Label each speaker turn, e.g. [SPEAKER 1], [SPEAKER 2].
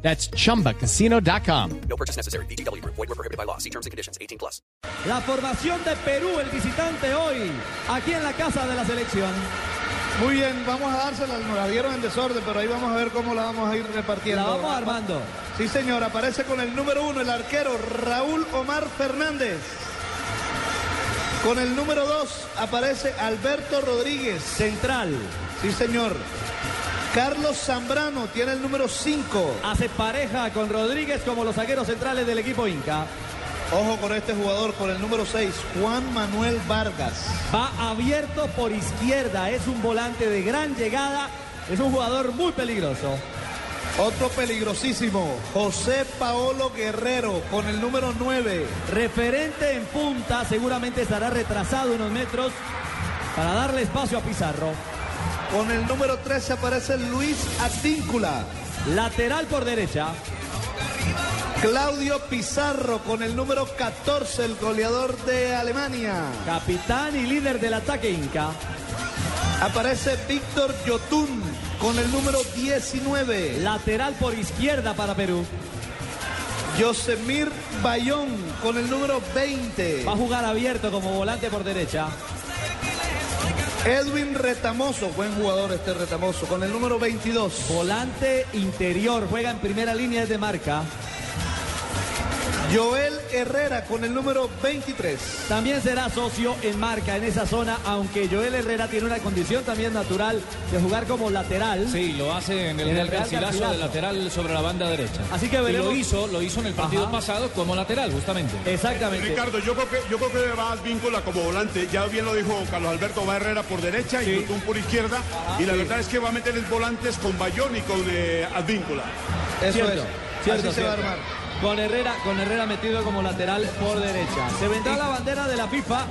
[SPEAKER 1] That's chumbacasino.com.
[SPEAKER 2] No purchase necessary. BGW. Void were prohibited by law. See terms and conditions. 18 plus.
[SPEAKER 3] La formación de Perú, el visitante hoy, aquí en la casa de la selección.
[SPEAKER 4] Muy bien, vamos a dársela, nos la dieron en desorden, pero ahí vamos a ver cómo la vamos a ir repartiendo.
[SPEAKER 3] La vamos armando.
[SPEAKER 4] Sí, señor, aparece con el número uno, el arquero Raúl Omar Fernández. Con el número dos aparece Alberto Rodríguez.
[SPEAKER 3] Central,
[SPEAKER 4] Sí, señor. Carlos Zambrano tiene el número cinco.
[SPEAKER 3] hace pareja con Rodríguez como los zagueros centrales del equipo Inca.
[SPEAKER 4] Ojo con este jugador, con el número seis, Juan Manuel Vargas.
[SPEAKER 3] Va abierto por izquierda, es un volante de gran llegada, es un jugador muy peligroso.
[SPEAKER 4] Otro peligrosísimo, José Paolo Guerrero, con el número nueve.
[SPEAKER 3] Referente en punta, seguramente estará retrasado unos metros para darle espacio a Pizarro.
[SPEAKER 4] Con el número 13 aparece Luis Atíncula.
[SPEAKER 3] Lateral por derecha,
[SPEAKER 4] Claudio Pizarro con el número 14, el goleador de Alemania.
[SPEAKER 3] capitán y líder del ataque Inca.
[SPEAKER 4] Aparece Víctor Yotun con el número 19.
[SPEAKER 3] Lateral por izquierda para Perú.
[SPEAKER 4] Yosemir Bayón con el número 20.
[SPEAKER 3] Va a jugar abierto como volante por derecha.
[SPEAKER 4] Edwin Retamoso, buen jugador este Retamoso, con el número 22.
[SPEAKER 3] Volante interior, juega en primera línea es de marca.
[SPEAKER 4] Joel Herrera con el número 23.
[SPEAKER 3] También será socio en marca en esa zona, aunque Joel Herrera tiene una condición también natural de jugar como lateral.
[SPEAKER 5] Sí, lo hace en el,
[SPEAKER 3] En el
[SPEAKER 5] Real
[SPEAKER 3] Real
[SPEAKER 5] Garcilaso
[SPEAKER 3] Garcilaso.
[SPEAKER 5] de lateral sobre la banda derecha.
[SPEAKER 3] Así que
[SPEAKER 5] Y
[SPEAKER 3] veremos.
[SPEAKER 5] lo hizo, lo hizo en el partido
[SPEAKER 3] Ajá.
[SPEAKER 5] pasado como lateral, justamente.
[SPEAKER 3] Exactamente.
[SPEAKER 6] Ricardo, yo creo que yo creo que va víncula como volante. Ya bien lo dijo Carlos Alberto va Herrera por derecha y Yotun por izquierda. y la verdad es que va a meter el volantes con Bayón y con eh, Advíncula.
[SPEAKER 4] Eso
[SPEAKER 3] Cierto,
[SPEAKER 4] es.
[SPEAKER 3] cierto,
[SPEAKER 4] Así se va a
[SPEAKER 3] cierto.
[SPEAKER 4] armar.
[SPEAKER 3] Con Herrera, con Herrera metido como lateral por derecha. Se vendrá la bandera de la FIFA